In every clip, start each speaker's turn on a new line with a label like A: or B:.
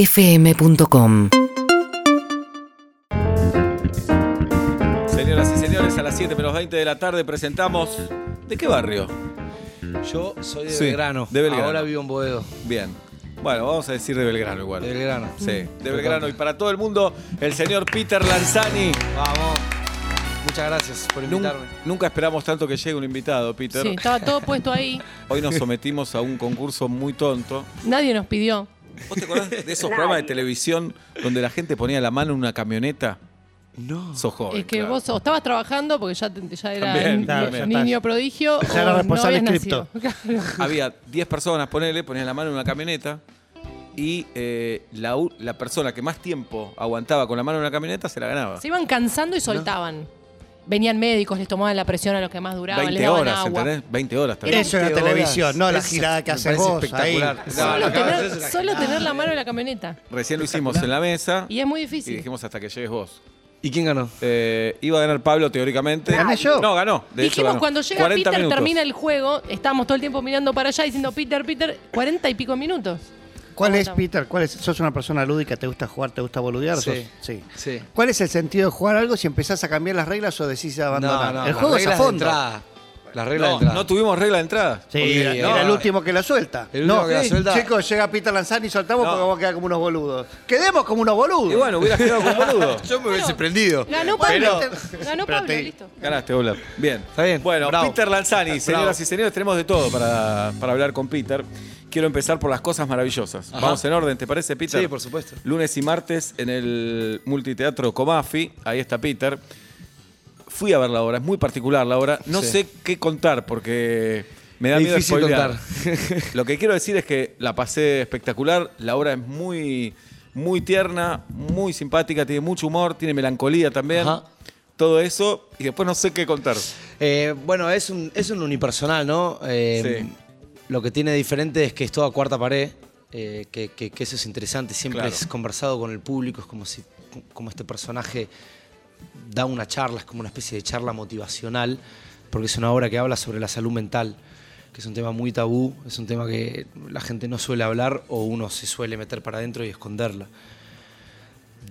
A: urbanaplayfm.com
B: Señoras y señores, a las 7 menos 20 de la tarde presentamos. ¿De qué barrio?
C: Yo soy de
B: Sí,
C: Belgrano.
B: de Belgrano.
C: Ahora vivo en Boedo.
B: Bien. Bueno, vamos a decir de Belgrano igual.
C: De Belgrano.
B: Sí, de Belgrano. Y para todo el mundo, el señor Peter Lanzani.
C: Vamos. Muchas gracias por
B: Nun-
C: invitarme.
B: nunca esperamos tanto que llegue un invitado, Peter.
D: Sí, estaba todo puesto ahí.
B: Hoy nos sometimos a un concurso muy tonto.
D: Nadie nos pidió.
B: ¿Vos te acordás de esos programas de televisión donde la gente ponía la mano en una camioneta?
C: No.
B: Sos joven.
D: es que
B: claro.
D: vos o estabas trabajando porque ya, te- ya era
B: También,
D: ni-
B: claro, ya
D: niño prodigio.
E: Ya
D: o
E: era responsable
D: no habías
E: cripto.
D: nacido. Claro.
B: Había 10 personas, ponele, ponían la mano en una camioneta y eh, la, u- la persona que más tiempo aguantaba con la mano en una camioneta se la ganaba.
D: Se iban cansando y soltaban. Venían médicos, les tomaban la presión a los que más duraban, les
B: 20
D: daban
B: horas,
D: agua.
B: ¿entendés? 20 horas también.
E: Eso era
C: Veinte
E: televisión,
C: horas.
E: no la
C: Eso
E: girada que
C: me
E: haces
C: parece
E: vos
C: espectacular.
E: ahí.
B: No,
D: Solo,
B: lo
C: acabas
D: tener-
C: de hacer es
D: solo tener la mano en la camioneta.
B: Recién lo hicimos en la mesa
D: Y es muy
B: y
D: difícil.
B: dijimos hasta que llegues vos.
C: ¿Y quién ganó?
B: Eh, iba a ganar Pablo teóricamente.
E: ¿Gané yo?
B: No, ganó. De hecho,
D: Dijimos,
B: ganó.
D: cuando llega
B: 40
D: Peter,
B: minutos.
D: termina el juego, estábamos todo el tiempo mirando para allá diciendo, Peter, Peter, cuarenta y pico minutos.
E: ¿Cuál es,
D: Bueno.
E: Peter? ¿Cuál es? ¿Sos una persona lúdica? ¿Te gusta jugar? ¿Te gusta boludear?
C: Sí.
E: ¿Sos- sí.
C: Sí.
E: ¿Cuál es el sentido de jugar algo si empezás a cambiar las reglas o decís abandonar? el
C: las
E: juego es a
C: reglas de
E: fondo.
C: entrada. Las reglas de
B: No,
C: entrada.
B: no tuvimos regla de entrada.
E: Sí,
C: Porque
E: era,
C: no,
E: era el
C: no.
E: último que la suelta.
C: El último que la suelta.
E: Chicos, llega Peter Lanzani y soltamos
B: No.
E: porque vamos a quedar como unos boludos. ¡Quedemos como unos boludos!
B: Y bueno, hubieras quedado con boludo.
C: Yo me hubiese prendido.
D: Ganó Pablo.
E: Pero-
D: Ganó
E: pero
D: Pablo,
E: te-
D: listo.
B: Ganaste, Oblap. Bien.
C: Está bien,
B: Bueno,
C: bravo.
B: Peter Lanzani, señoras y señores, tenemos de todo para, para hablar con Peter. Quiero empezar por las cosas maravillosas.
C: Ajá.
B: Vamos en orden, ¿te parece, Peter?
C: Sí, por supuesto.
B: Lunes y martes en el multiteatro Comafi. Ahí está Peter. Fui a ver la obra, es muy particular la obra. No
C: Sí.
B: sé qué contar porque me da
C: Es
B: miedo
C: difícil
B: spoilear.
C: contar.
B: Lo que quiero decir es que la pasé espectacular. La obra es muy, muy tierna, muy simpática, tiene mucho humor, tiene melancolía también.
C: Ajá.
B: Todo eso. Y después no sé qué contar.
C: Eh, bueno, es un, es un unipersonal, ¿no? Eh,
B: Sí.
C: Lo que tiene diferente es que es toda cuarta pared, eh, que, que- que eso es interesante. Siempre
B: Claro.
C: es conversado con el público, es como si como este personaje da una charla, es como una especie de charla motivacional, porque es una obra que habla sobre la salud mental, que es un tema muy tabú, es un tema que la gente no suele hablar o uno se suele meter para adentro y esconderla.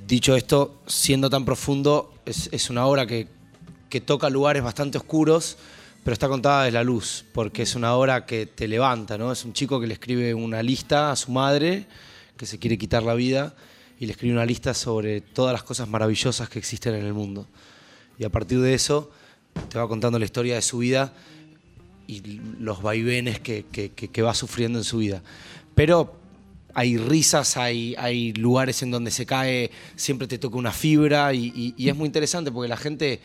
C: Dicho esto, siendo tan profundo, es, es una obra que, que toca lugares bastante oscuros, pero está contada desde la luz, porque es una obra que te levanta, ¿no? Es un chico que le escribe una lista a su madre, que se quiere quitar la vida, y le escribe una lista sobre todas las cosas maravillosas que existen en el mundo. Y a partir de eso, te va contando la historia de su vida y los vaivenes que, que- que- que va sufriendo en su vida. Pero hay risas, hay, hay lugares en donde se cae, siempre te toca una fibra y, y- y es muy interesante porque la gente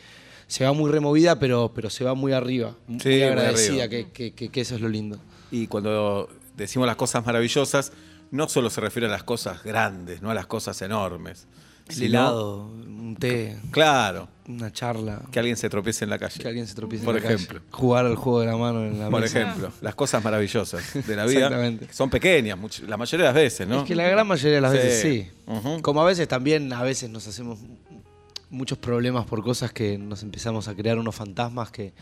C: se va muy removida, pero, pero se va muy arriba, muy
B: Sí, muy
C: agradecida,
B: arriba.
C: que- que- que- que eso es lo lindo.
B: Y cuando decimos las cosas maravillosas, no solo se refiere a las cosas grandes, no a las cosas enormes.
C: El
B: sino-
C: helado, un té,
B: Claro.
C: una charla,
B: Que alguien se tropiece en la calle.
C: que alguien se tropiece. en
B: Por
C: la calle.
B: ejemplo.
C: Jugar al juego de la mano en la
B: Por
C: mesa.
B: ejemplo, las cosas maravillosas de la vida
C: Ah. Exactamente.
B: que son pequeñas, much- la mayoría de las veces, ¿no?
C: Es que la gran mayoría de las
B: Sí.
C: veces sí.
B: Ujú.
C: Como a veces también, a veces nos hacemos muchos problemas por cosas que nos empezamos a crear unos fantasmas que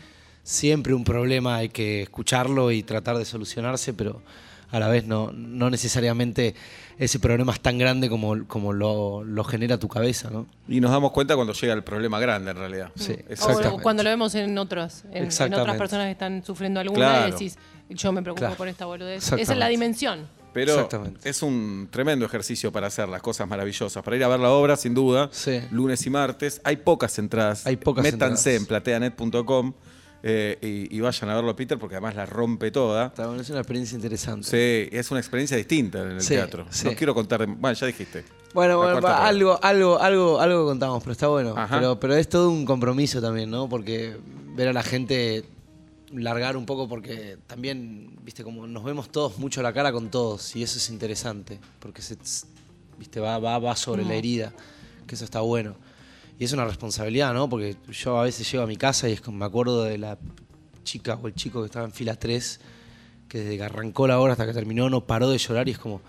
C: siempre un problema hay que escucharlo y tratar de solucionarse, pero a la vez no, no necesariamente ese problema es tan grande como, como lo, lo genera tu cabeza, ¿no?
B: Y nos damos cuenta cuando llega el problema grande, en realidad.
C: Sí,
D: O
C: exactamente.
D: cuando lo vemos en otras, en- en, otras
C: Exactamente.
D: personas que están sufriendo alguna
B: Claro.
D: y decís, yo me preocupo
C: Claro.
D: por esta boludez. Esa es la
C: Exactamente.
D: dimensión.
B: Pero
C: Exactamente.
B: es un tremendo ejercicio para hacer las cosas maravillosas, para ir a ver la obra, sin duda,
C: Sí.
B: lunes y martes. Hay pocas entradas.
C: Hay pocas
B: Métanse
C: entradas.
B: en plateanet.com eh, y, y vayan a verlo a Peter porque además la rompe toda.
C: Está bueno, es una experiencia interesante.
B: Sí, es una experiencia distinta en el
C: Sí,
B: teatro. No
C: sí.
B: quiero contar. Bueno, ya dijiste. La
C: Bueno, bueno,
B: cuarta
C: va,
B: pared.
C: algo, algo, algo, algo contamos, pero está bueno.
B: Ajá.
C: Pero, pero es todo un compromiso también, ¿no? Porque ver a la gente largar un poco, porque también, viste, como nos vemos todos mucho a la cara con todos, y eso es interesante, porque se, viste, va, va, va sobre la herida, que eso está bueno. Y es una responsabilidad, ¿no? Porque yo a veces llego a mi casa y es como, me acuerdo de la chica o el chico que estaba en fila 3, que desde que arrancó la hora hasta que terminó no paró de llorar y es como,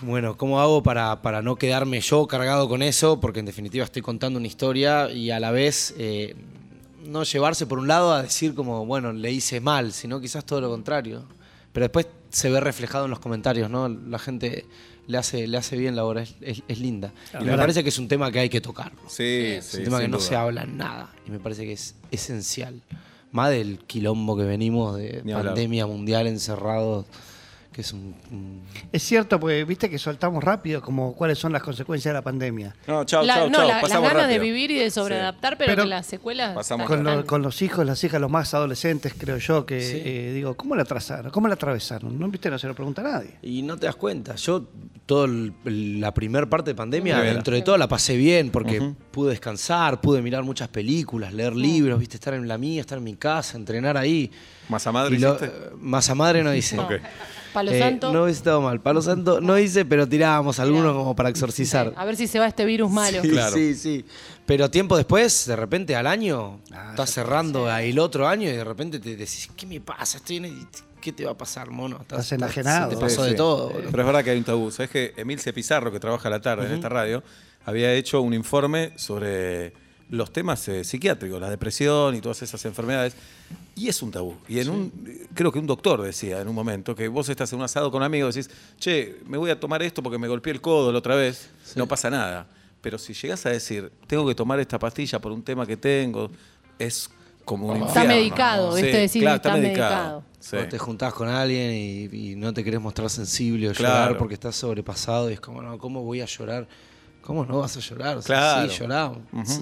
C: bueno, ¿cómo hago para, para no quedarme yo cargado con eso? Porque en definitiva estoy contando una historia y a la vez eh, no llevarse por un lado a decir como, bueno, le hice mal, sino quizás todo lo contrario. Pero después se ve reflejado en los comentarios, ¿no? La gente le hace, le hace bien la obra, es, es- es linda.
E: Claro.
C: y me parece que es un tema que hay que tocarlo.
B: Sí, sí.
C: es un tema que
B: sin
C: no
B: duda.
C: se habla nada. Y me parece que es esencial. Más del quilombo que venimos de
B: Ni hablar.
C: pandemia mundial encerrados, que es un- un
E: Es cierto, porque viste que soltamos rápido como cuáles son las consecuencias de la pandemia.
B: No, chao,
D: La-
B: chao,
D: no,
B: chao.
D: la- las
B: pasamos
D: ganas de
B: rápido.
D: vivir y de sobreadaptar, pero,
E: Pero-
D: que las secuelas.
B: Pasamos
D: están-
E: Con, lo-
D: están-
E: con los hijos, las hijas, los más adolescentes, creo yo, que
C: Sí.
E: eh, digo, ¿cómo la atrasaron? ¿Cómo la atravesaron? No, viste, no se lo pregunta a nadie.
C: Y no te das cuenta. Yo toda la primera parte de pandemia,
B: Primera.
C: dentro de todo, la pasé bien porque pude descansar, pude mirar muchas películas, leer libros, viste, estar en la mía, estar en mi casa, entrenar ahí.
B: ¿Más a madre
C: Y lo-
B: hiciste?
C: Más a madre no hice.
D: No.
B: Ok.
D: Palo
C: Eh,
D: Santo.
C: No hubiese estado mal. Palo Santo no hice, pero tirábamos algunos como para exorcizar.
D: A ver si se va este virus malo.
C: Sí,
B: Claro.
C: sí, sí. Pero tiempo después, de repente al año,
E: Ah,
C: estás cerrando el otro año y de repente te decís, ¿qué me pasa? Estoy en el- ¿Qué te va a pasar, mono?
E: Estás enajenado.
C: se
E: Sí,
C: Te pasó
B: Sí,
C: de
B: sí.
C: todo. boludo.
B: Pero es verdad que hay un tabú. Sabes que Emilce Pizarro, que trabaja a la tarde en esta radio, había hecho un informe sobre los temas eh, psiquiátricos, la depresión y todas esas enfermedades. Y es un tabú. Y en un, creo que un doctor decía en un momento que vos estás en un asado con amigos y decís, che, me voy a tomar esto porque me golpeé el codo la otra vez, no pasa nada. Pero si llegás a decir, tengo que tomar esta pastilla por un tema que tengo, es como un
D: Está
B: infierno.
D: medicado,
B: Sí,
D: ¿viste? Decir,
B: claro,
D: está, medicado.
B: Sí.
C: Cuando te juntás con alguien y, y no te querés mostrar sensible o
B: Claro.
C: llorar porque estás sobrepasado y es como, no, ¿cómo voy a llorar? ¿Cómo no vas a llorar? O sea,
B: Claro.
C: Sí, llorá,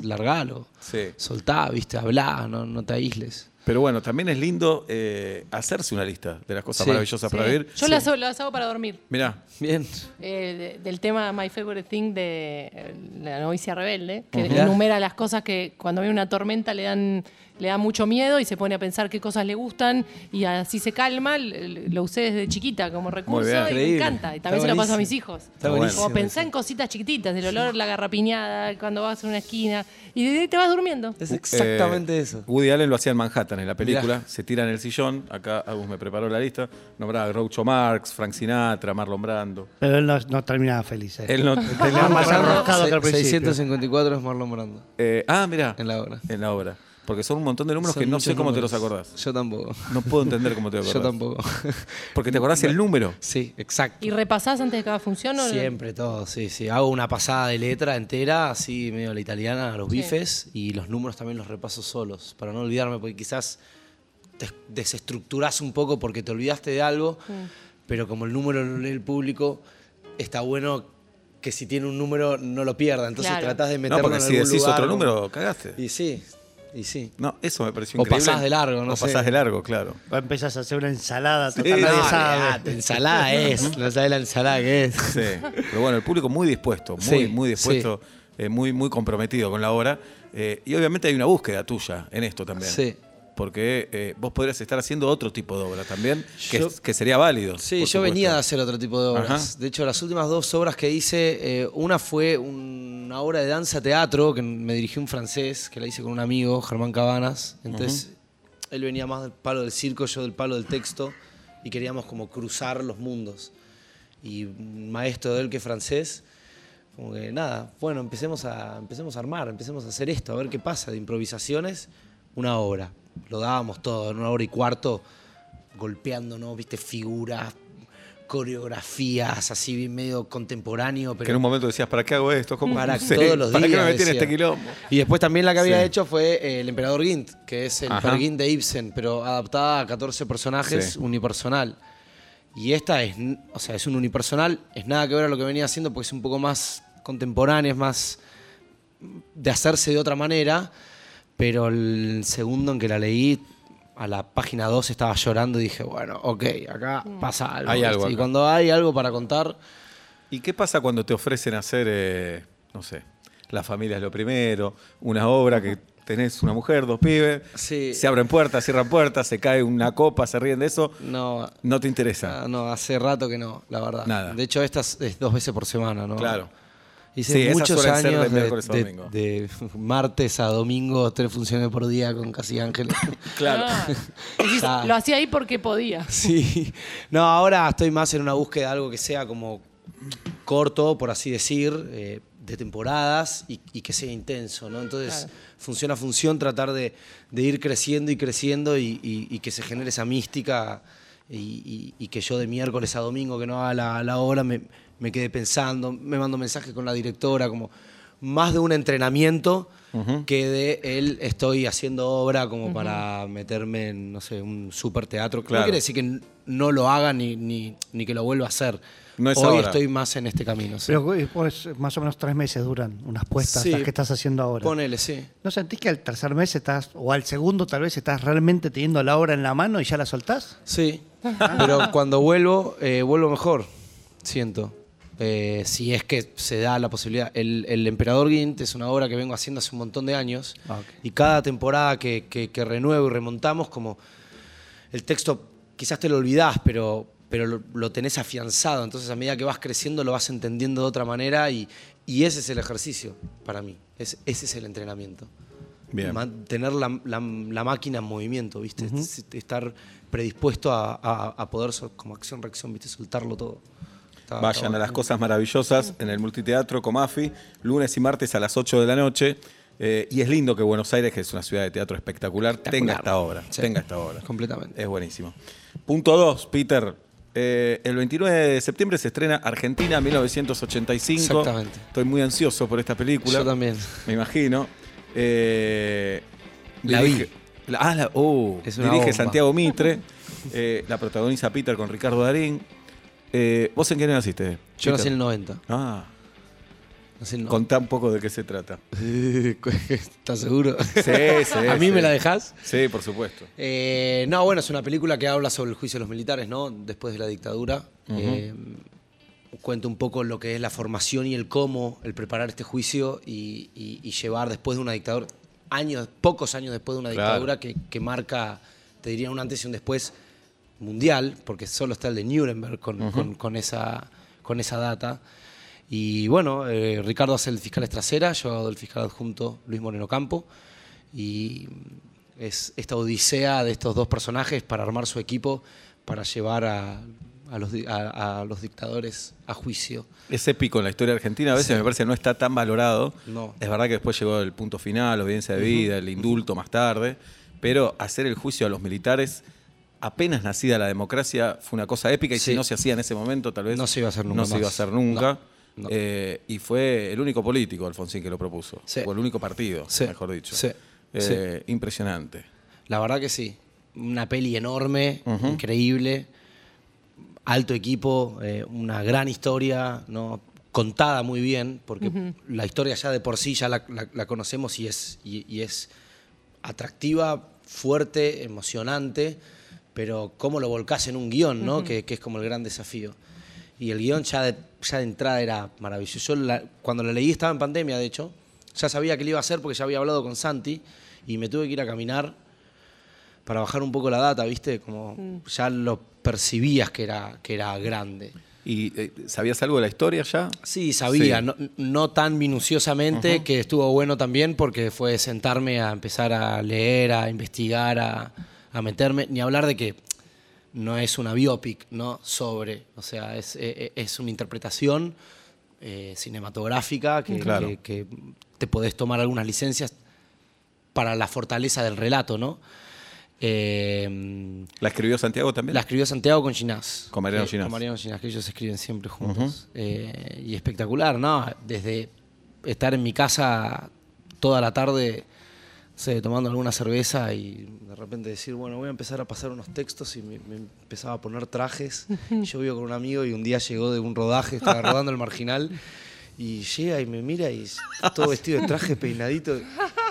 C: largalo,
B: Sí.
C: soltá, viste, hablá, no, no te aísles.
B: Pero bueno, también es lindo eh, hacerse una lista de las cosas
C: Sí.
B: maravillosas para
D: Sí.
B: vivir.
D: Yo las, las hago para dormir.
B: Mirá,
C: Bien.
D: Eh, de- del tema My Favorite Thing de eh, La novicia rebelde, que
C: Ujú.
D: enumera las cosas que cuando viene una tormenta le dan le da mucho miedo y se pone a pensar qué cosas le gustan y así se calma, L- lo usé desde chiquita como recurso
B: bien.
D: y me
C: Increíble.
D: encanta. Y
C: Está
D: también se lo paso a
C: buenísimo.
D: mis hijos.
C: Está
D: Como
C: buenísimo
D: pensar
C: eso.
D: en cositas chiquititas, el olor, la garrapiñada, cuando vas a una esquina y de ahí te vas durmiendo.
C: Es exactamente
B: eh,
C: eso.
B: Woody Allen lo hacía en Manhattan, en la película.
C: Mirá.
B: Se tira en el sillón. Acá Agus me preparó la lista. Nombraba a Groucho Marx, Frank Sinatra, Marlon Brando.
E: Pero él no, no terminaba feliz. eh.
B: Él no-
E: Era más
C: Marlon
E: enroscado que al
C: se-
E: principio.
C: 654 es Marlon Brando.
B: Eh, ah, mirá.
C: En la obra.
B: En la obra. Porque son un montón de números
C: Son
B: que no sé
C: muchos
B: cómo
C: números.
B: te los acordás.
C: Yo tampoco.
B: No puedo entender cómo te los
C: Yo
B: acordás.
C: tampoco.
B: Porque te acordás el número.
C: sí, exacto.
D: ¿Y repasás antes de cada función? o Ah, no?
C: Siempre todo, sí, sí. Hago una pasada de letra entera, así medio a la italiana, a los
D: Sí.
C: bifes, y los números también los repaso solos, para no olvidarme, porque quizás te desestructurás un poco porque te olvidaste de algo, pero como el número lo lee el público, está bueno que si tiene un número no lo pierda, entonces
D: Claro.
C: tratás de
B: No,
C: meterlo
B: porque
C: en
B: si
C: algún
B: decís
C: lugar,
B: otro
C: como-
B: número, cagaste.
C: Y sí, y sí.
B: No, eso me pareció
C: O
B: increíble.
C: pasás de largo, no
B: O
C: sé.
B: pasás de largo, claro.
E: O empezás a hacer una ensalada,
B: Sí,
E: total, nadie
B: no,
E: sabe.
C: olvidate, ensalada es, no sabés la ensalada que es.
B: Sí, pero bueno, el público muy dispuesto, muy,
C: Sí,
B: muy dispuesto, eh, muy, muy comprometido con la obra. Eh, y obviamente hay una búsqueda tuya en esto también.
C: Sí.
B: Porque eh, vos podrías estar haciendo otro tipo de obra también, que,
C: Yo-
B: es- que sería válido.
C: Sí,
B: por
C: yo venía de
B: supuesto.
C: hacer otro tipo de obras.
B: Ajá.
C: De hecho, las últimas dos obras que hice, eh, una fue una obra de danza-teatro que me dirigió un francés, que la hice con un amigo, Germán Cabanas. Entonces, él venía más del palo del circo, yo del palo del texto, y queríamos como cruzar los mundos. Y un maestro de él que es francés, como que nada, bueno, empecemos a, empecemos a armar, empecemos a hacer esto, a ver qué pasa, de improvisaciones, una obra. Lo dábamos todo, en una hora y cuarto, golpeándonos, viste, figuras, coreografías, así bien medio contemporáneo,
B: Que en
C: pero
B: un momento decías, ¿para qué hago esto? ¿Cómo?
C: para
B: Sí,
C: todos los días.
B: ¿Para qué me metí en
C: decía.
B: este quilombo?
C: Y después también la que había
B: Sí.
C: hecho fue eh, El Emperador Gint, que es el
B: Ajá.
C: Per Gint de Ibsen, pero adaptada a 14 personajes
B: Sí.
C: unipersonal. Y esta es, n- o sea, es un unipersonal, es nada que ver a lo que venía haciendo porque es un poco más contemporánea, es más de hacerse de otra manera, pero el segundo en que la leí, a la página 2 estaba llorando y dije, bueno, ok, acá pasa algo.
B: Hay
C: ¿viste?
B: algo
C: y
B: acá.
C: cuando hay algo para contar,
B: ¿Y qué pasa cuando te ofrecen hacer, eh, no sé, La familia es lo primero, una obra que tenés una mujer, dos pibes,
C: Sí.
B: se abren puertas, cierran puertas, se cae una copa, se ríen de eso?
C: no,
B: No te interesa.
C: Ah, no, hace rato que no, la verdad.
B: Nada.
C: De hecho, estas es dos veces por semana, ¿no?
B: Claro.
C: Hice
B: Sí, esas
C: muchos
B: suelen ser de
C: años de,
B: miércoles a
C: de-
B: domingo.
C: de martes a domingo, tres funciones por día con Casi Ángeles.
B: Claro.
D: Ah. Decís,
C: Ah.
D: Lo hacía ahí porque podía.
C: sí. No, ahora estoy más en una búsqueda de algo que sea como corto, por así decir, eh, de temporadas y, y que sea intenso, ¿no? Entonces, función a función, tratar de, de ir creciendo y creciendo y, y- y que se genere esa mística y, y- y que yo de miércoles a domingo que no haga la, la hora me, me quedé pensando, me mando mensajes con la directora, como más de un entrenamiento que de él estoy haciendo obra como para meterme en, no sé, un super teatro.
B: Claro.
C: No quiere decir que n- no lo haga ni, ni, ni que lo vuelva a hacer.
B: No es
C: Hoy
B: ahora.
C: estoy más en este camino. sí.
E: Pero güey, pues, más o menos tres meses duran unas puestas
C: Sí.
E: las que estás haciendo ahora.
C: Ponele, sí.
E: ¿No sentís que al tercer mes estás, o al segundo tal vez, estás realmente teniendo la obra en la mano y ya la soltás?
C: Sí. Pero cuando vuelvo, eh, vuelvo mejor, siento. Eh, si es que se da la posibilidad. El, el Emperador Guint es una obra que vengo haciendo hace un montón de años.
E: Ah, ok.
C: Y cada temporada que, que- que renuevo y remontamos, como el texto quizás te lo olvidás, pero, pero lo, lo tenés afianzado. Entonces a medida que vas creciendo lo vas entendiendo de otra manera y, y ese es el ejercicio para mí. Es- ese es el entrenamiento.
B: Bien.
C: Mantener la, la- la máquina en movimiento, ¿viste? Es- Estar predispuesto a, a- a poder, sol- como acción-reacción, ¿viste? Soltarlo todo. Está- está
B: Vayan a
C: bueno.
B: las cosas maravillosas en el multiteatro Comafi, lunes y martes a las 8 de la noche. Eh, y es lindo que Buenos Aires, que es una ciudad de teatro espectacular, tenga
C: Espectacular.
B: esta obra.
C: Sí,
B: Tenga Eh, esta obra.
C: Completamente.
B: Es buenísimo. Punto 2, Peter. Eh, el 29 de septiembre se estrena Argentina 1985.
C: Exactamente.
B: Estoy muy ansioso por esta película.
C: Yo también.
B: Me imagino. Eh,
C: La vi.
B: la- ah, la- oh,
C: Es una
B: dirige
C: bomba.
B: Santiago Mitre. Eh, la protagoniza Peter con Ricardo Darín. Eh, ¿Vos en qué año naciste? Peter?
C: Yo nací en el 90.
B: Ah,
C: Nací en el
B: contá un poco de qué se trata.
C: 90. ¿Estás seguro?
B: Sí, sí,
C: ¿A mí
B: sí.
C: me la dejás?
B: Sí, por supuesto.
C: Eh, no, bueno, es una película que habla sobre el juicio de los militares, ¿no? Después de la dictadura. Eh, cuenta un poco lo que es la formación y el cómo, el preparar este juicio y, y- y llevar después de una dictadura, años, pocos años después de una
B: Claro.
C: dictadura que, que marca, te diría, un antes y un después mundial, porque solo está el de Nuremberg con, con- con esa, con esa data. Y bueno, eh, Ricardo hace el fiscal Estracera, yo hago el fiscal adjunto Luis Moreno Campo. Y es esta odisea de estos dos personajes para armar su equipo, para llevar a, a los, di- a- a los dictadores a juicio.
B: Es épico en la historia argentina, a veces me parece no está tan valorado.
C: No.
B: Es verdad que después llegó el punto final, la obediencia de vida, el indulto más tarde, pero hacer el juicio a los militares, apenas nacida la democracia, fue una cosa épica y
C: Sí.
B: si no se hacía en ese momento, tal vez
C: No se iba a hacer nunca
B: no se iba a
C: más.
B: hacer nunca.
C: No, no.
B: Eh, y fue el único político, Alfonsín, que lo propuso,
C: Sí.
B: o el único partido,
C: Sí.
B: mejor dicho.
C: Sí.
B: Eh, Impresionante.
C: La verdad que sí. Una peli enorme, increíble, alto equipo, eh, una gran historia, ¿no? contada muy bien, porque la historia ya de por sí ya la, la- la conocemos y es, y, y es atractiva, fuerte, emocionante, pero cómo lo volcás en un guión, ¿no? que, que es como el gran desafío. Y el guión ya de, ya de entrada era maravilloso. Yo la- cuando lo leí estaba en pandemia, de hecho, ya sabía que lo iba a hacer porque ya había hablado con Santi y me tuve que ir a caminar para bajar un poco la data, ¿viste? Como ya lo percibías que era, que era grande.
B: ¿Y eh, sabías algo de la historia ya?
C: Sí, sabía,
B: Sí.
C: No, no tan minuciosamente, que estuvo bueno también porque fue sentarme a empezar a leer, a investigar, a, a meterme, ni hablar de que no es una biopic, ¿no? Sobre, o sea, es, eh, eh, es una interpretación eh, cinematográfica que,
B: Mm, Claro.
C: que- que te podés tomar algunas licencias para la fortaleza del relato, ¿no? Eh,
B: ¿La escribió Santiago también?
C: la escribió Santiago con Ginás.
B: Con Mariano
C: Que-
B: Ginás.
C: Con Mariano Ginás, que ellos escriben siempre juntos. Eh, y espectacular, ¿no? Desde estar en mi casa toda la tarde, no sé, tomando alguna cerveza y de repente decir, bueno, voy a empezar a pasar unos textos y me, me empezaba a poner trajes. Yo vivo con un amigo y un día llegó de un rodaje, estaba rodando el marginal. Y llega y me mira y todo vestido de traje, peinadito.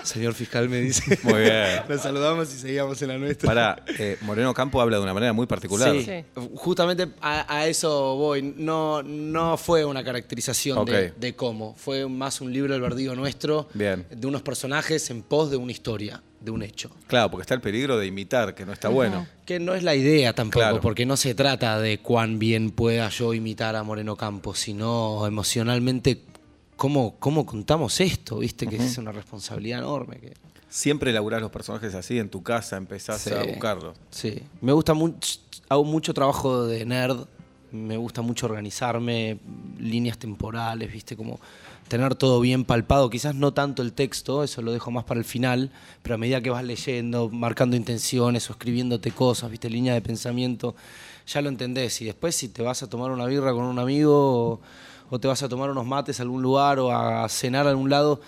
C: Señor fiscal me dice.
B: Muy bien.
C: Nos saludamos y seguíamos en la nuestra.
B: Para, eh, Moreno Campo habla de una manera muy particular.
C: Sí,
D: Sí.
C: justamente a, a eso voy. No, no fue una caracterización de,
B: Ok.
C: de cómo. Fue más un libro, El Verdigo Nuestro,
B: Bien.
C: de unos personajes en pos de una historia, de un hecho.
B: Claro, porque está el peligro de imitar, que no está bueno.
C: Que no es la idea tampoco,
B: Claro.
C: porque no se trata de cuán bien pueda yo imitar a Moreno Campos, sino emocionalmente cómo, cómo contamos esto, ¿viste? Que es una responsabilidad enorme. que-
B: Siempre elaborás los personajes así, en tu casa empezás
C: Sí.
B: a buscarlos.
C: Sí, me gusta mucho, hago mucho trabajo de nerd, me gusta mucho organizarme, líneas temporales, ¿viste? Como tener todo bien palpado. Quizás no tanto el texto, eso lo dejo más para el final, pero a medida que vas leyendo, marcando intenciones o escribiéndote cosas, ¿viste? Línea de pensamiento, ya lo entendés. Y después, si te vas a tomar una birra con un amigo o, o te vas a tomar unos mates a algún lugar o a cenar a algún lado,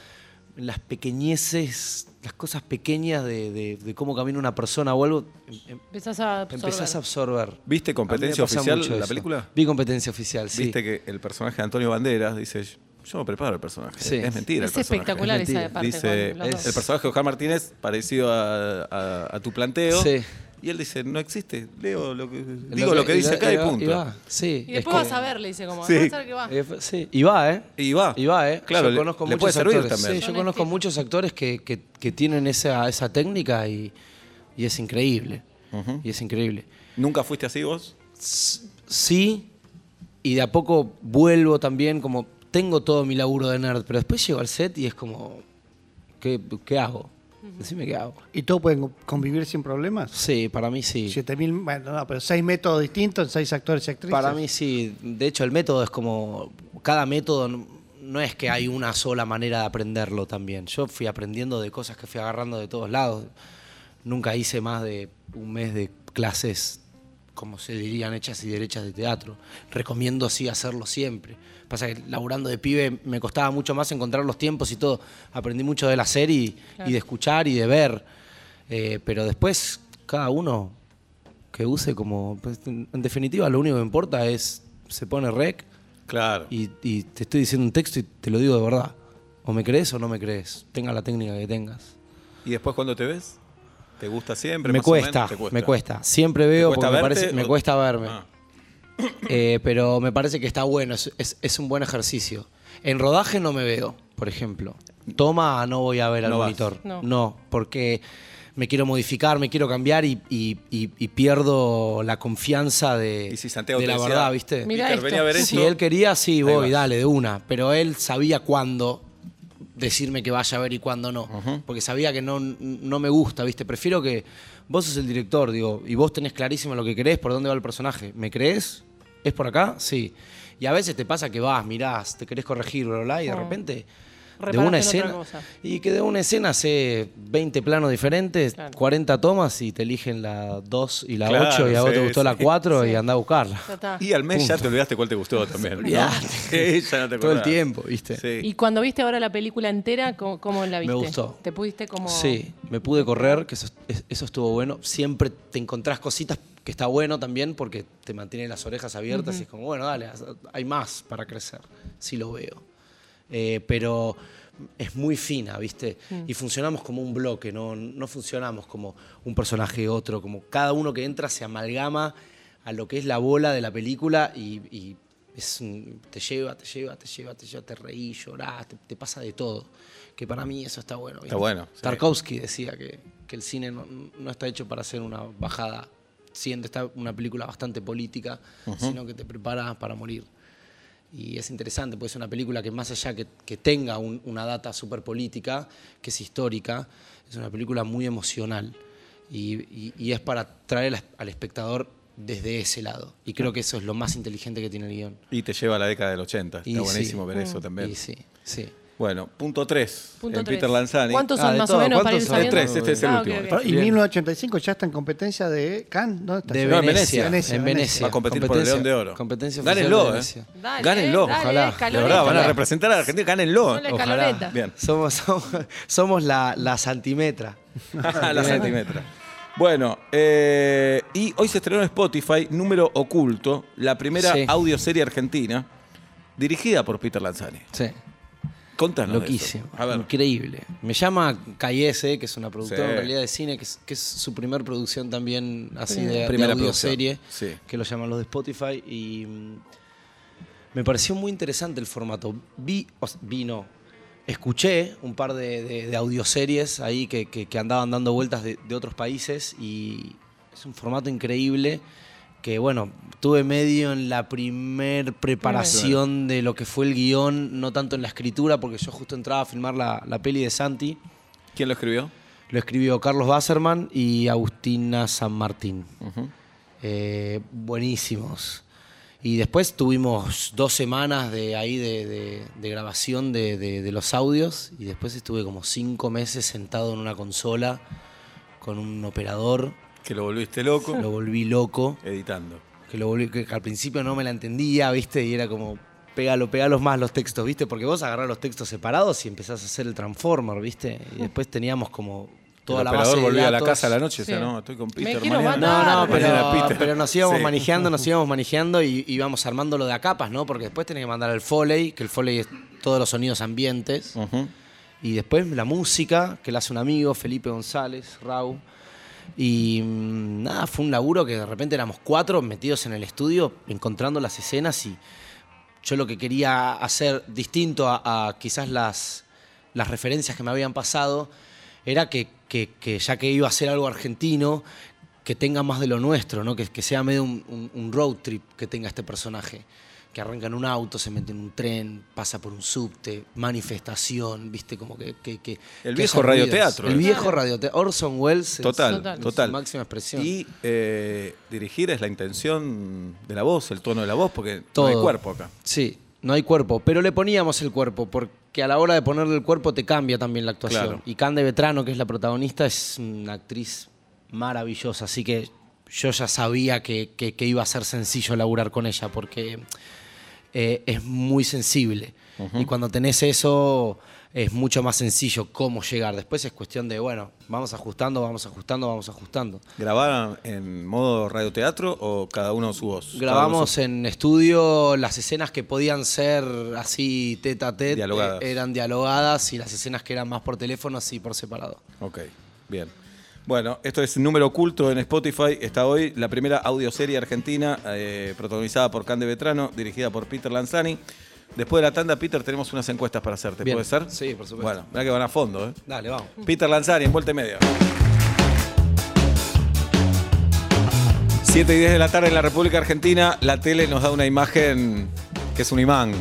C: las pequeñeces, las cosas pequeñas de, de- de cómo camina una persona o algo, em- em-
D: Empezás a absorber.
C: empezás a absorber.
B: ¿Viste competencia
C: A mí me pasa
B: oficial
C: mucho
B: la
C: eso.
B: película?
C: Vi competencia oficial, sí.
B: Viste que el personaje de Antonio Banderas dice, yo me preparo el personaje.
C: Sí.
B: Es mentira.
D: es
B: el personaje.
D: espectacular
C: es
D: esa
C: mentira.
D: parte.
B: Dice,
D: con los
C: es-
D: dos.
B: el personaje de Oscar Martínez, parecido a, a- a tu planteo.
C: Sí.
B: Y él dice, no existe, leo lo que,
C: El
B: digo
C: otro-
B: lo que
C: y
B: dice
C: va-
B: acá y
C: va-
B: punto.
C: va. Sí.
D: y
C: es
D: después
C: como-
D: vas a ver, le dice como,
B: Sí.
D: vas a ver que va.
C: Eh, sí, y va, ¿eh?
B: Y va.
C: Y va, ¿eh?
B: Claro,
C: yo
B: le-
C: conozco
B: le
C: muchos
B: puede servir
C: actores.
B: también.
C: Sí,
D: Son
C: yo conozco
D: estilos.
C: muchos actores que, que- que tienen esa, esa técnica y, y es increíble. Y es increíble.
B: ¿Nunca fuiste así vos?
C: Sí, y de a poco vuelvo también, como tengo todo mi laburo de nerd, pero después llego al set y es como, ¿qué, qué hago? Decime qué hago.
E: ¿Y todos pueden convivir sin problemas?
C: Sí, para mí sí.
E: 7000, bueno, no, pero seis métodos distintos en seis actores y actrices.
C: Para mí sí. De hecho, el método es como. Cada método n- no es que hay una sola manera de aprenderlo también. Yo fui aprendiendo de cosas que fui agarrando de todos lados. Nunca hice más de un mes de clases, como se dirían, hechas y derechas de teatro. Recomiendo sí hacerlo siempre. Pasa que laburando de pibe me costaba mucho más encontrar los tiempos y todo. Aprendí mucho del hacer y, y de escuchar y de ver. Eh, pero después, cada uno que use como. pues, en en definitiva, lo único que importa es. Se pone rec
B: Claro.
C: y, y te estoy diciendo un texto y te lo digo de verdad. O me crees o no me crees. Tenga la técnica que tengas.
B: ¿Y después cuando te ves? ¿Te gusta siempre?
C: Me
B: más o menos?
C: cuesta,
B: ¿Te
C: me cuesta. Siempre veo
B: ¿Te cuesta
C: porque me,
B: verte
C: parece- me
B: o-
C: cuesta verme.
B: Ah.
C: Eh, pero me parece que está bueno, es, es- es un buen ejercicio. En rodaje no me veo, por ejemplo. Toma, no voy a ver al
B: No vas.
C: monitor.
D: No.
C: porque me quiero modificar, me quiero cambiar y, y- y- y pierdo la confianza de,
B: Y si Santiago
C: Eh, de
B: te
C: la
B: decía,
C: verdad, ¿viste?
D: Mirá
B: Peter,
D: esto.
B: vení a ver
C: Si
B: esto.
C: él quería, sí, voy,
B: vas.
C: dale, de una. Pero él sabía cuándo decirme que vaya a ver y cuándo no. Porque sabía que no, no me gusta, ¿viste? Prefiero que vos sos el director, digo, y vos tenés clarísimo lo que querés, por dónde va el personaje. ¿Me crees? ¿Es por acá? Sí. Y a veces te pasa que vas, mirás, te querés corregir, bla, bla, bla, y de
D: Mm.
C: repente... De
D: Reparaste
C: una
D: en otra
C: escena.
D: cosa.
C: Y que de una escena hace 20 planos diferentes,
D: Claro.
C: 40 tomas y te eligen la 2 y la
B: Claro,
C: 8 y a vos
B: sí,
C: te gustó la
B: sí.
C: 4
D: Sí.
C: y andá a buscarla.
D: Ya está.
B: Y eh, al mes ya te olvidaste cuál te gustó también. ¿no?
C: Olvidate.
B: Sí, ya no te
C: Todo el
B: acordás.
C: tiempo, ¿viste?
B: Sí.
D: Y cuando viste ahora la película entera, ¿cómo, cómo la viste?
C: gustó.
D: ¿Te pudiste como...?
C: Sí, me pude correr, que eso, es- eso estuvo bueno. Siempre te encontrás cositas que está bueno también porque te mantienen las orejas abiertas y es como, bueno, dale, haz- hay más para crecer, si lo veo. Eh, pero es muy fina, ¿viste? Y funcionamos como un bloque, ¿no? no funcionamos como un personaje otro, como cada uno que entra se amalgama a lo que es la bola de la película y, y es un- te lleva, te lleva, te lleva, te lleva, te reí, llorás, te, te pasa de todo. Que para mí eso está bueno. ¿viste?
B: bueno, sí.
C: Tarkovsky decía que, que el cine no, no está hecho para hacer una bajada, siendo esta una película bastante política, sino que te prepara para morir. Y es interesante, porque es una película que más allá que, que tenga un- una data súper política, que es histórica, es una película muy emocional. Y, y- y es para traer al, al espectador desde ese lado. Y creo que eso es lo más inteligente que tiene el guión.
B: Y te lleva a la década del 80.
C: Y
B: Está buenísimo
C: sí.
B: ver eso también.
C: Y sí, sí.
B: Bueno, punto 3.
D: Ah. Punto
B: Eh,
D: tres.
B: Peter Lanzani.
D: ¿Cuántos
C: Ah,
D: son
C: de
D: más
C: todo,
D: o menos para
C: ¿cuántos
D: ir
C: son?
D: sabiendo?
B: De tres, este es el
D: Ah, ok,
B: último.
D: ok.
E: Pero, y 1985 ya está en competencia de Cannes, ¿no? Está
C: De
E: lleno.
C: Venecia,
E: Venecia,
C: en Venecia.
B: Va a competir por el
C: Competencia-
B: León de Oro.
C: competencia oficial
B: Gánenlo,
C: de
B: ¿eh?
C: Venecia.
D: Dale,
B: Gánenlo,
D: dale,
C: ojalá.
B: De
D: caloreta.
B: verdad, van a
C: Ojalá.
B: representar a la Argentina. Gánenlo.
D: Ponle caloreta.
B: Bien.
C: Somos, somos, somos la, la santimetra.
B: A la centimetra. Bueno, eh, y hoy se estrenó en Spotify Número Oculto, la primera
C: Sí.
B: audioserie argentina dirigida por Peter Lanzani.
C: Sí.
B: Contanos. de
C: Loquísimo.
B: eso. A ver.
C: Increíble. Me llama Cayese, que es una productora
B: Sí.
C: en realidad de cine, que es, que es su primer producción también así de,
B: Primera
C: primera serie,
B: producción, sí.
C: que lo llaman los de Spotify. Y mm, me pareció muy interesante el formato. Vi, o s- vi no, escuché un par de, de- de audioseries ahí que, que- que andaban dando vueltas de, de otros países y es un formato increíble que bueno, tuve medio en la primer preparación de lo que fue el guión, no tanto en la escritura, porque yo justo entraba a filmar la, la peli de Santi.
B: ¿Quién lo escribió?
C: Lo escribió Carlos Basserman y Agustina San Martín. Eh, buenísimos. Y después tuvimos dos semanas de ahí de, de- de grabación de, de- de los audios y después estuve como cinco meses sentado en una consola con un operador.
B: Que lo volviste loco
C: Lo volví loco.
B: editando.
C: que lo volví- que al principio no me la entendía, ¿viste? Y era como, pégalo, pegalos más los textos, ¿viste? Porque vos agarrás los textos separados y empezás a hacer el Transformer, ¿viste? Y después teníamos como toda
B: Mm. el
C: la base
B: operador
C: de
B: volvía a la
C: datos.
B: casa a la noche, o sea,
D: Sí.
B: no, estoy con
D: Me
B: Peter
D: quiero
B: mañana.
D: matar.
C: No, no,
B: Mañana
C: pero,
B: Peter.
C: pero nos íbamos
B: Sí.
C: manejando, nos íbamos manejando y íbamos armándolo de a capas, ¿no? Porque después tenés que mandar el foley, que el foley es todos los sonidos ambientes.
B: Ujú.
C: Y después la música, que la hace un amigo, Felipe González, Rau. Y mm, nada, fue un laburo que de repente éramos cuatro metidos en el estudio, encontrando las escenas y yo lo que quería hacer distinto a, a quizás las, las referencias que me habían pasado era que, que- que ya que iba a hacer algo argentino, que tenga más de lo nuestro, ¿no? que, que sea medio un, un- un road trip que tenga este personaje. Que arranca en un auto, se mete en un tren, pasa por un subte, manifestación, viste, como que. que- que- que
B: viejo
C: haya ruidos.
B: radioteatro,
C: El
B: eh.
C: viejo radioteatro. Orson Welles. en
B: Total,
D: Total.
B: total.
C: su máxima expresión.
B: Y eh, dirigir es la intención de la voz, el tono de la voz, porque no hay
C: Todo.
B: cuerpo acá.
C: Sí, no hay cuerpo, pero le poníamos el cuerpo, porque a la hora de ponerle el cuerpo te cambia también la actuación.
B: Claro.
C: Y Cande Vetrano, que es la protagonista, es una actriz maravillosa, así que yo ya sabía que, que- que iba a ser sencillo laburar con ella, porque eh, es muy sensible. Y cuando tenés eso, es mucho más sencillo cómo llegar. Después es cuestión de, bueno, vamos ajustando, vamos ajustando, vamos ajustando.
B: ¿Grababan en modo radioteatro o cada uno su voz?
C: Grabamos en estudio las escenas que podían ser así tete a tete
B: Dialogadas.
C: eh, eran dialogadas y las escenas que eran más por teléfono así por separado.
B: Cada uno su- Ok, bien. Bueno, esto es Número Oculto en Spotify. Está hoy la primera audioserie argentina eh, protagonizada por Cande Vetrano, dirigida por Peter Lanzani. Después de la tanda, Peter, tenemos unas encuestas para hacerte.
C: Bien.
B: ¿Puede ser?
C: Sí, por supuesto.
B: Bueno, mira que van a fondo, ¿eh?
C: Dale, vamos.
B: Peter Lanzani, en vuelta y media. 7 y 10 de la tarde en la República Argentina, la tele nos da una imagen que es un imán,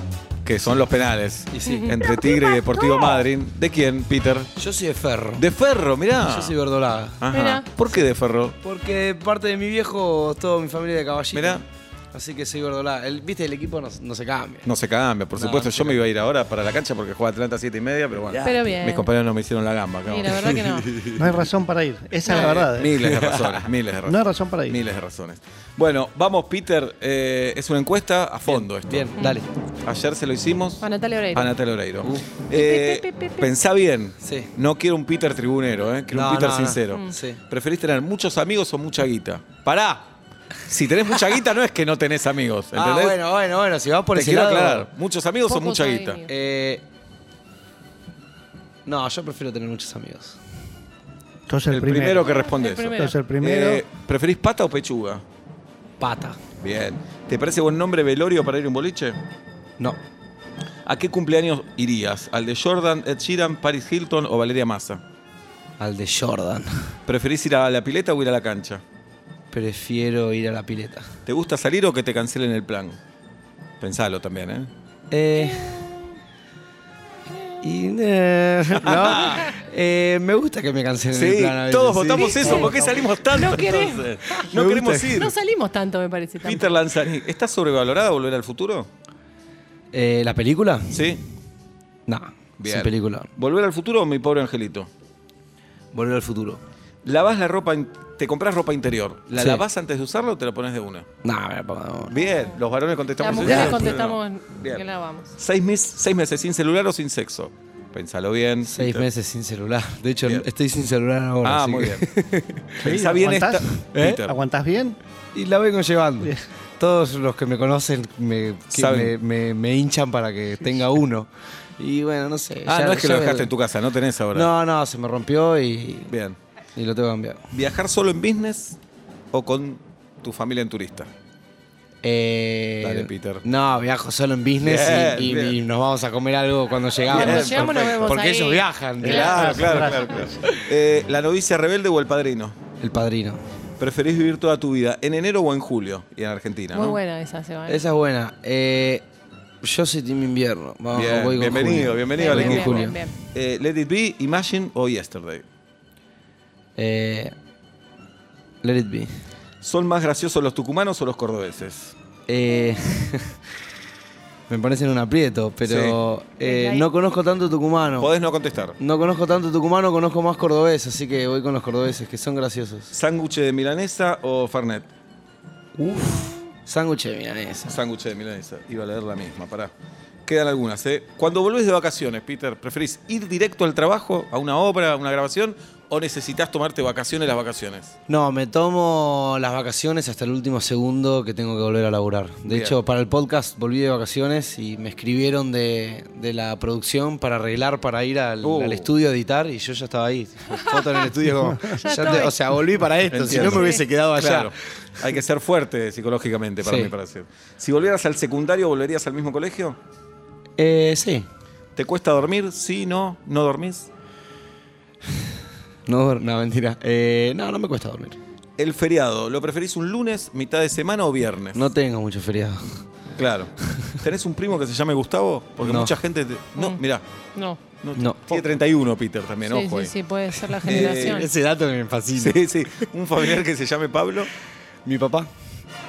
B: que son los penales. Entre Tigre y Deportivo Madrid. ¿De quién, Peter?
C: Yo soy de Ferro.
B: De Ah. Ferro, mirá.
C: Yo soy verdolaga.
B: Ajá.
D: Mirá.
B: ¿Por qué de Ferro?
C: Porque de parte de mi viejo, toda mi familia de caballito.
B: Mirá.
C: Así que soy verdolaga. El- Viste, el equipo no, no se cambia.
B: No se cambia, por
C: No,
B: supuesto.
C: no se
B: Yo me iba a ir ahora para la cancha porque juega Atlanta 7 y media, pero bueno.
D: Pero bien.
B: Mis compañeros no me hicieron la gamba.
D: Y la
B: cabrón.
D: verdad que no.
E: No hay razón para ir. Esa es la verdad. ¿eh?
B: Miles de razones, miles de razones.
E: No hay razón para ir.
B: Miles de razones. Bueno, vamos, Peter. eh, es una encuesta a fondo esto.
C: Bien, dale.
B: Ayer se lo hicimos
D: A Natalia Oreiro.
B: a Natalia Oreiro.
C: Uh.
B: Eh,
D: Pi, pi, pi, pi, pi.
B: pensá bien.
C: Sí.
B: No quiero un Peter tribunero, eh, quiero
C: No,
B: un Peter
C: no, no.
B: sincero.
C: Mm. Sí.
B: ¿Preferís tener muchos amigos o mucha guita? Pará. Si tenés mucha guita, no es que no tenés amigos. ¿Entendés?
C: Ah, bueno, bueno, bueno. Si vas por
B: Te
C: ese
B: quiero
C: lado-
B: aclarar. ¿Muchos amigos o
D: Pocos
B: mucha
D: amigos.
B: guita?
C: Eh, no, yo prefiero tener muchos amigos.
E: Entonces
B: El,
E: el,
B: primero.
E: primero.
B: que responde
D: El
B: eso.
D: primero.
E: Entonces el primero.
B: Eh, ¿Preferís pata o pechuga?
C: Pata.
B: Bien. ¿Te parece buen nombre velorio para ir a un boliche?
C: No.
B: ¿A qué cumpleaños irías? ¿Al de Jordan, Ed Sheeran, Paris Hilton o Valeria Massa?
C: Al de Jordan.
B: ¿Preferís ir a la pileta o ir a la cancha?
C: Prefiero ir a la pileta.
B: ¿Te gusta salir o que te cancelen el plan? Pensalo también, ¿eh?
C: Eh, y, eh, ¿no? Eh, me gusta que me cancelen el
B: Sí,
C: plan a veces,
B: todos
C: sí.
B: votamos eso. ¿Por qué salimos tanto
D: No queremos.
B: entonces?
C: Me
B: No
C: gusta.
B: queremos ir.
D: No salimos tanto, me parece. tampoco.
B: Peter Lanzani, ¿estás sobrevalorada volver al futuro?
C: Eh, ¿La película?
B: Sí.
C: No,
B: Bien.
C: sin película.
B: ¿Volver al futuro o mi pobre angelito?
C: Volver al futuro.
B: ¿Lavás la ropa, in- te compras ropa interior? ¿La
C: Sí.
B: lavás antes de usarla o te la pones de una?
C: No, me la pongo-
B: Bien, los varones contestamos
D: Las
B: eso.
D: mujeres
B: Pero
D: contestamos
B: no.
D: que
B: Bien.
D: la vamos.
B: Seis, mes- seis meses sin celular o sin sexo. Pensalo bien.
C: seis
B: Peter.
C: meses sin celular. De hecho,
B: Bien.
C: estoy sin celular ahora.
B: Ah,
C: así
B: muy
C: que- ¿Eh?
B: bien. Pensá bien esta. ¿eh?
E: ¿Aguantás?
B: Peter.
E: ¿Aguantás bien?
C: y la vengo llevando. Todos los que me conocen me, que me,
B: Saben.
C: me- me hinchan para que tenga uno. Y bueno, no sé.
B: Ah,
C: ya-
B: no es que
C: ya
B: lo
C: me-
B: dejaste en tu casa, no tenés ahora.
C: No, no, se me rompió y,
B: Bien.
C: y lo tengo que cambiar.
B: ¿Viajar solo en business o con tu familia en turista?
C: Eh,
B: Dale, Peter.
C: No, viajo solo en business y- y,
B: Bien, bien.
C: y nos vamos a comer algo cuando llegamos.
D: Cuando
B: Bien,
D: llegamos nos
B: perfecto.
D: vemos
C: Porque
D: ahí.
C: ellos viajan.
D: Claro,
B: Eh, ¿La novicia rebelde o el padrino?
C: El padrino.
B: ¿Preferís vivir toda tu vida en enero o en julio? Y en Argentina,
D: Muy
B: ¿no?
D: buena esa, Seba.
C: Esa es buena. Eh, yo soy Team Invierno. Vamos,
B: Bien,
C: voy con
B: bienvenido,
C: Julio.
B: bienvenido al
C: Voy con
B: equipo.
C: Julio.
D: bien.
B: Eh, ¿Let it be, Imagine o Yesterday?
C: Eh, let it be.
B: ¿Son más graciosos los tucumanos o los cordobeses?
C: Eh, me pones en un aprieto, pero eh, no conozco tanto tucumano.
B: Podés no contestar.
C: No conozco tanto tucumano, conozco más cordobés, así que voy con los cordobeses, que son graciosos.
B: ¿Sándwich de milanesa o Fernet?
C: Sándwich de milanesa.
B: Sándwich de milanesa. Iba a leer la misma, pará. Quedan algunas, ¿eh? Cuando volvés de vacaciones, Peter, ¿preferís ir directo al trabajo, a una obra, a una grabación, o necesitas tomarte vacaciones las vacaciones?
C: No, me tomo las vacaciones hasta el último segundo que tengo que volver a laburar. De
B: Bien.
C: hecho, para el podcast volví de vacaciones y me escribieron de, de la producción para arreglar, para ir al,
B: Uh.
C: al estudio a editar y yo ya estaba ahí. Foto en el estudio como...
D: Ya
C: ya te-
D: estoy.
C: o sea, volví para esto, si no
B: Entiendo.
C: me hubiese quedado allá.
B: Claro. Hay que ser fuerte psicológicamente para
C: Sí.
B: mí, para hacer. Si volvieras al secundario, ¿volverías al mismo colegio?
C: Eh, sí,
B: ¿Te cuesta dormir? Sí, no, no dormís.
C: no, duer- no, mentira. Eh, no, no me cuesta dormir.
B: El feriado, ¿lo preferís un lunes, mitad de semana o viernes?
C: No tengo mucho feriado.
B: Claro. ¿Tenés un primo que se llame Gustavo? Porque
C: No.
B: mucha gente. te- No, mirá.
D: No.
B: No,
C: No.
B: Tiene 31, Peter, también,
D: Mm. sí,
B: ojo.
D: sí,
B: ahí. Eh,
D: sí, puede ser la generación.
C: Ese dato me fascina.
B: Sí, sí. Un familiar que se llame Pablo.
C: Mi papá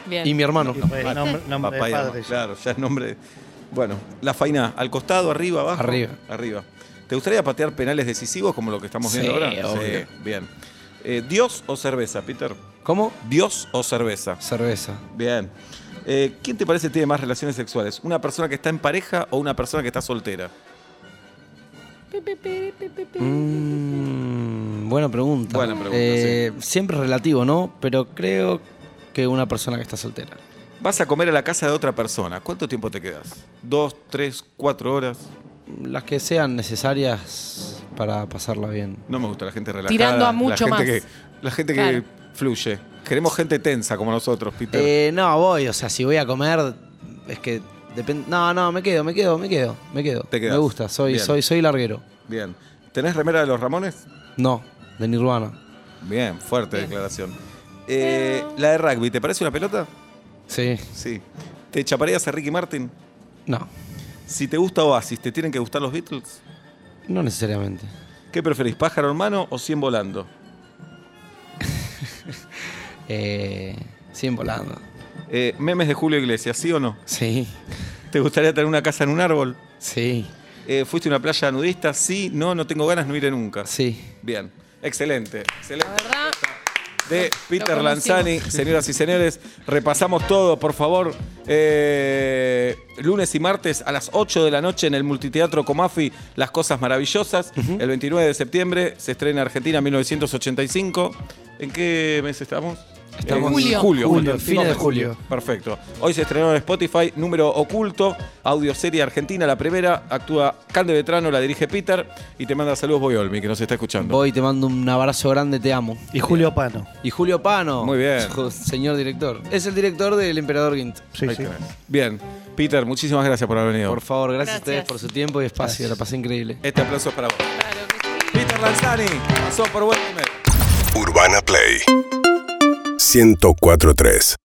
D: Bien.
C: y mi hermano.
E: Pues, nombre, nombre de
B: Papá y mamá,
E: padre, sí.
B: Claro, ya es nombre. Bueno, la faina, al costado, arriba, abajo.
C: Arriba.
B: Arriba. ¿Te gustaría patear penales decisivos como lo que estamos
C: Sí,
B: viendo ahora?
C: obvio.
B: Sí, bien. Eh, ¿Dios o cerveza, Peter?
C: ¿Cómo?
B: ¿Dios o cerveza?
C: Cerveza.
B: Bien. Eh, ¿Quién te parece tiene más relaciones sexuales? ¿Una persona que está en pareja o una persona que está soltera?
D: Pi, pi, pi, pi, pi, pi.
C: Mm, buena pregunta.
B: Buena pregunta,
C: Eh, Siempre relativo, ¿no? Pero creo que una persona que está soltera.
B: Vas a comer a la casa de otra persona. ¿Cuánto tiempo te quedas? ¿Dos, tres, cuatro horas?
C: Las que sean necesarias para pasarla bien.
B: No me gusta la gente relajada.
D: Tirando a
B: la
D: mucho
B: gente
D: más.
B: que- la gente que
D: Claro.
B: fluye. Queremos gente tensa como nosotros, Peter.
C: Eh, no, voy. O sea, si voy a comer, es que depende. No, no, me quedo, me quedo, me quedo, me quedo.
B: Te quedás.
C: me gusta, soy,
B: Bien.
C: soy, soy larguero.
B: Bien. ¿Tenés remera de los Ramones?
C: No, de Nirvana.
B: Bien, fuerte declaración. Eh, la de rugby, ¿te parece una pelota?
C: Sí.
B: Sí. ¿Te chaparías a Ricky Martin?
C: No,
B: Si te gusta Oasis, ¿te tienen que gustar los Beatles?
C: no necesariamente.
B: ¿Qué preferís, pájaro en mano o 100 volando?
C: Eh, siguen volando.
B: Eh, memes de Julio Iglesias, ¿sí o no?
C: Sí,
B: ¿Te gustaría tener una casa en un árbol?
C: sí,
B: Eh, ¿Fuiste a una playa nudista? Sí, no, no tengo ganas, no iré nunca.
C: sí.
B: Bien, excelente,
D: La
B: excelente.
D: verdad,
B: De Peter
D: conocimos.
B: Lanzani, señoras y señores, repasamos todo, por favor. Eh, lunes y martes a las 8 de la noche en el Multiteatro Comafi, Las Cosas Maravillosas. El 29 de septiembre se estrena Argentina 1985. ¿En qué mes estamos?
C: Estamos-
B: En julio,
D: Julio.
C: Julio,
B: justo,
C: fines de
B: último mes.
C: julio.
B: Perfecto. Hoy se estrenó en Spotify Número Oculto, audioserie argentina, la primera. Actúa Cande Vetrano, la dirige Peter. Y te manda saludos Boyolmi, que nos está escuchando.
C: Voy, te mando un abrazo grande, te amo.
E: Y Julio Pano.
C: Y Julio Pano.
B: Muy bien.
C: jo- Señor director. Es el director del Emperador Gint.
E: Sí,
B: Ahí
E: sí.
B: tenés. Bien. Peter, muchísimas gracias por haber venido.
C: Por favor, gracias, a ustedes por
D: Gracias.
C: su tiempo y espacio. La pasé increíble.
B: Este aplauso es para vos.
D: claro que sí.
B: Peter Lanzani pasó por buen nivel.
F: Urbana Play 1043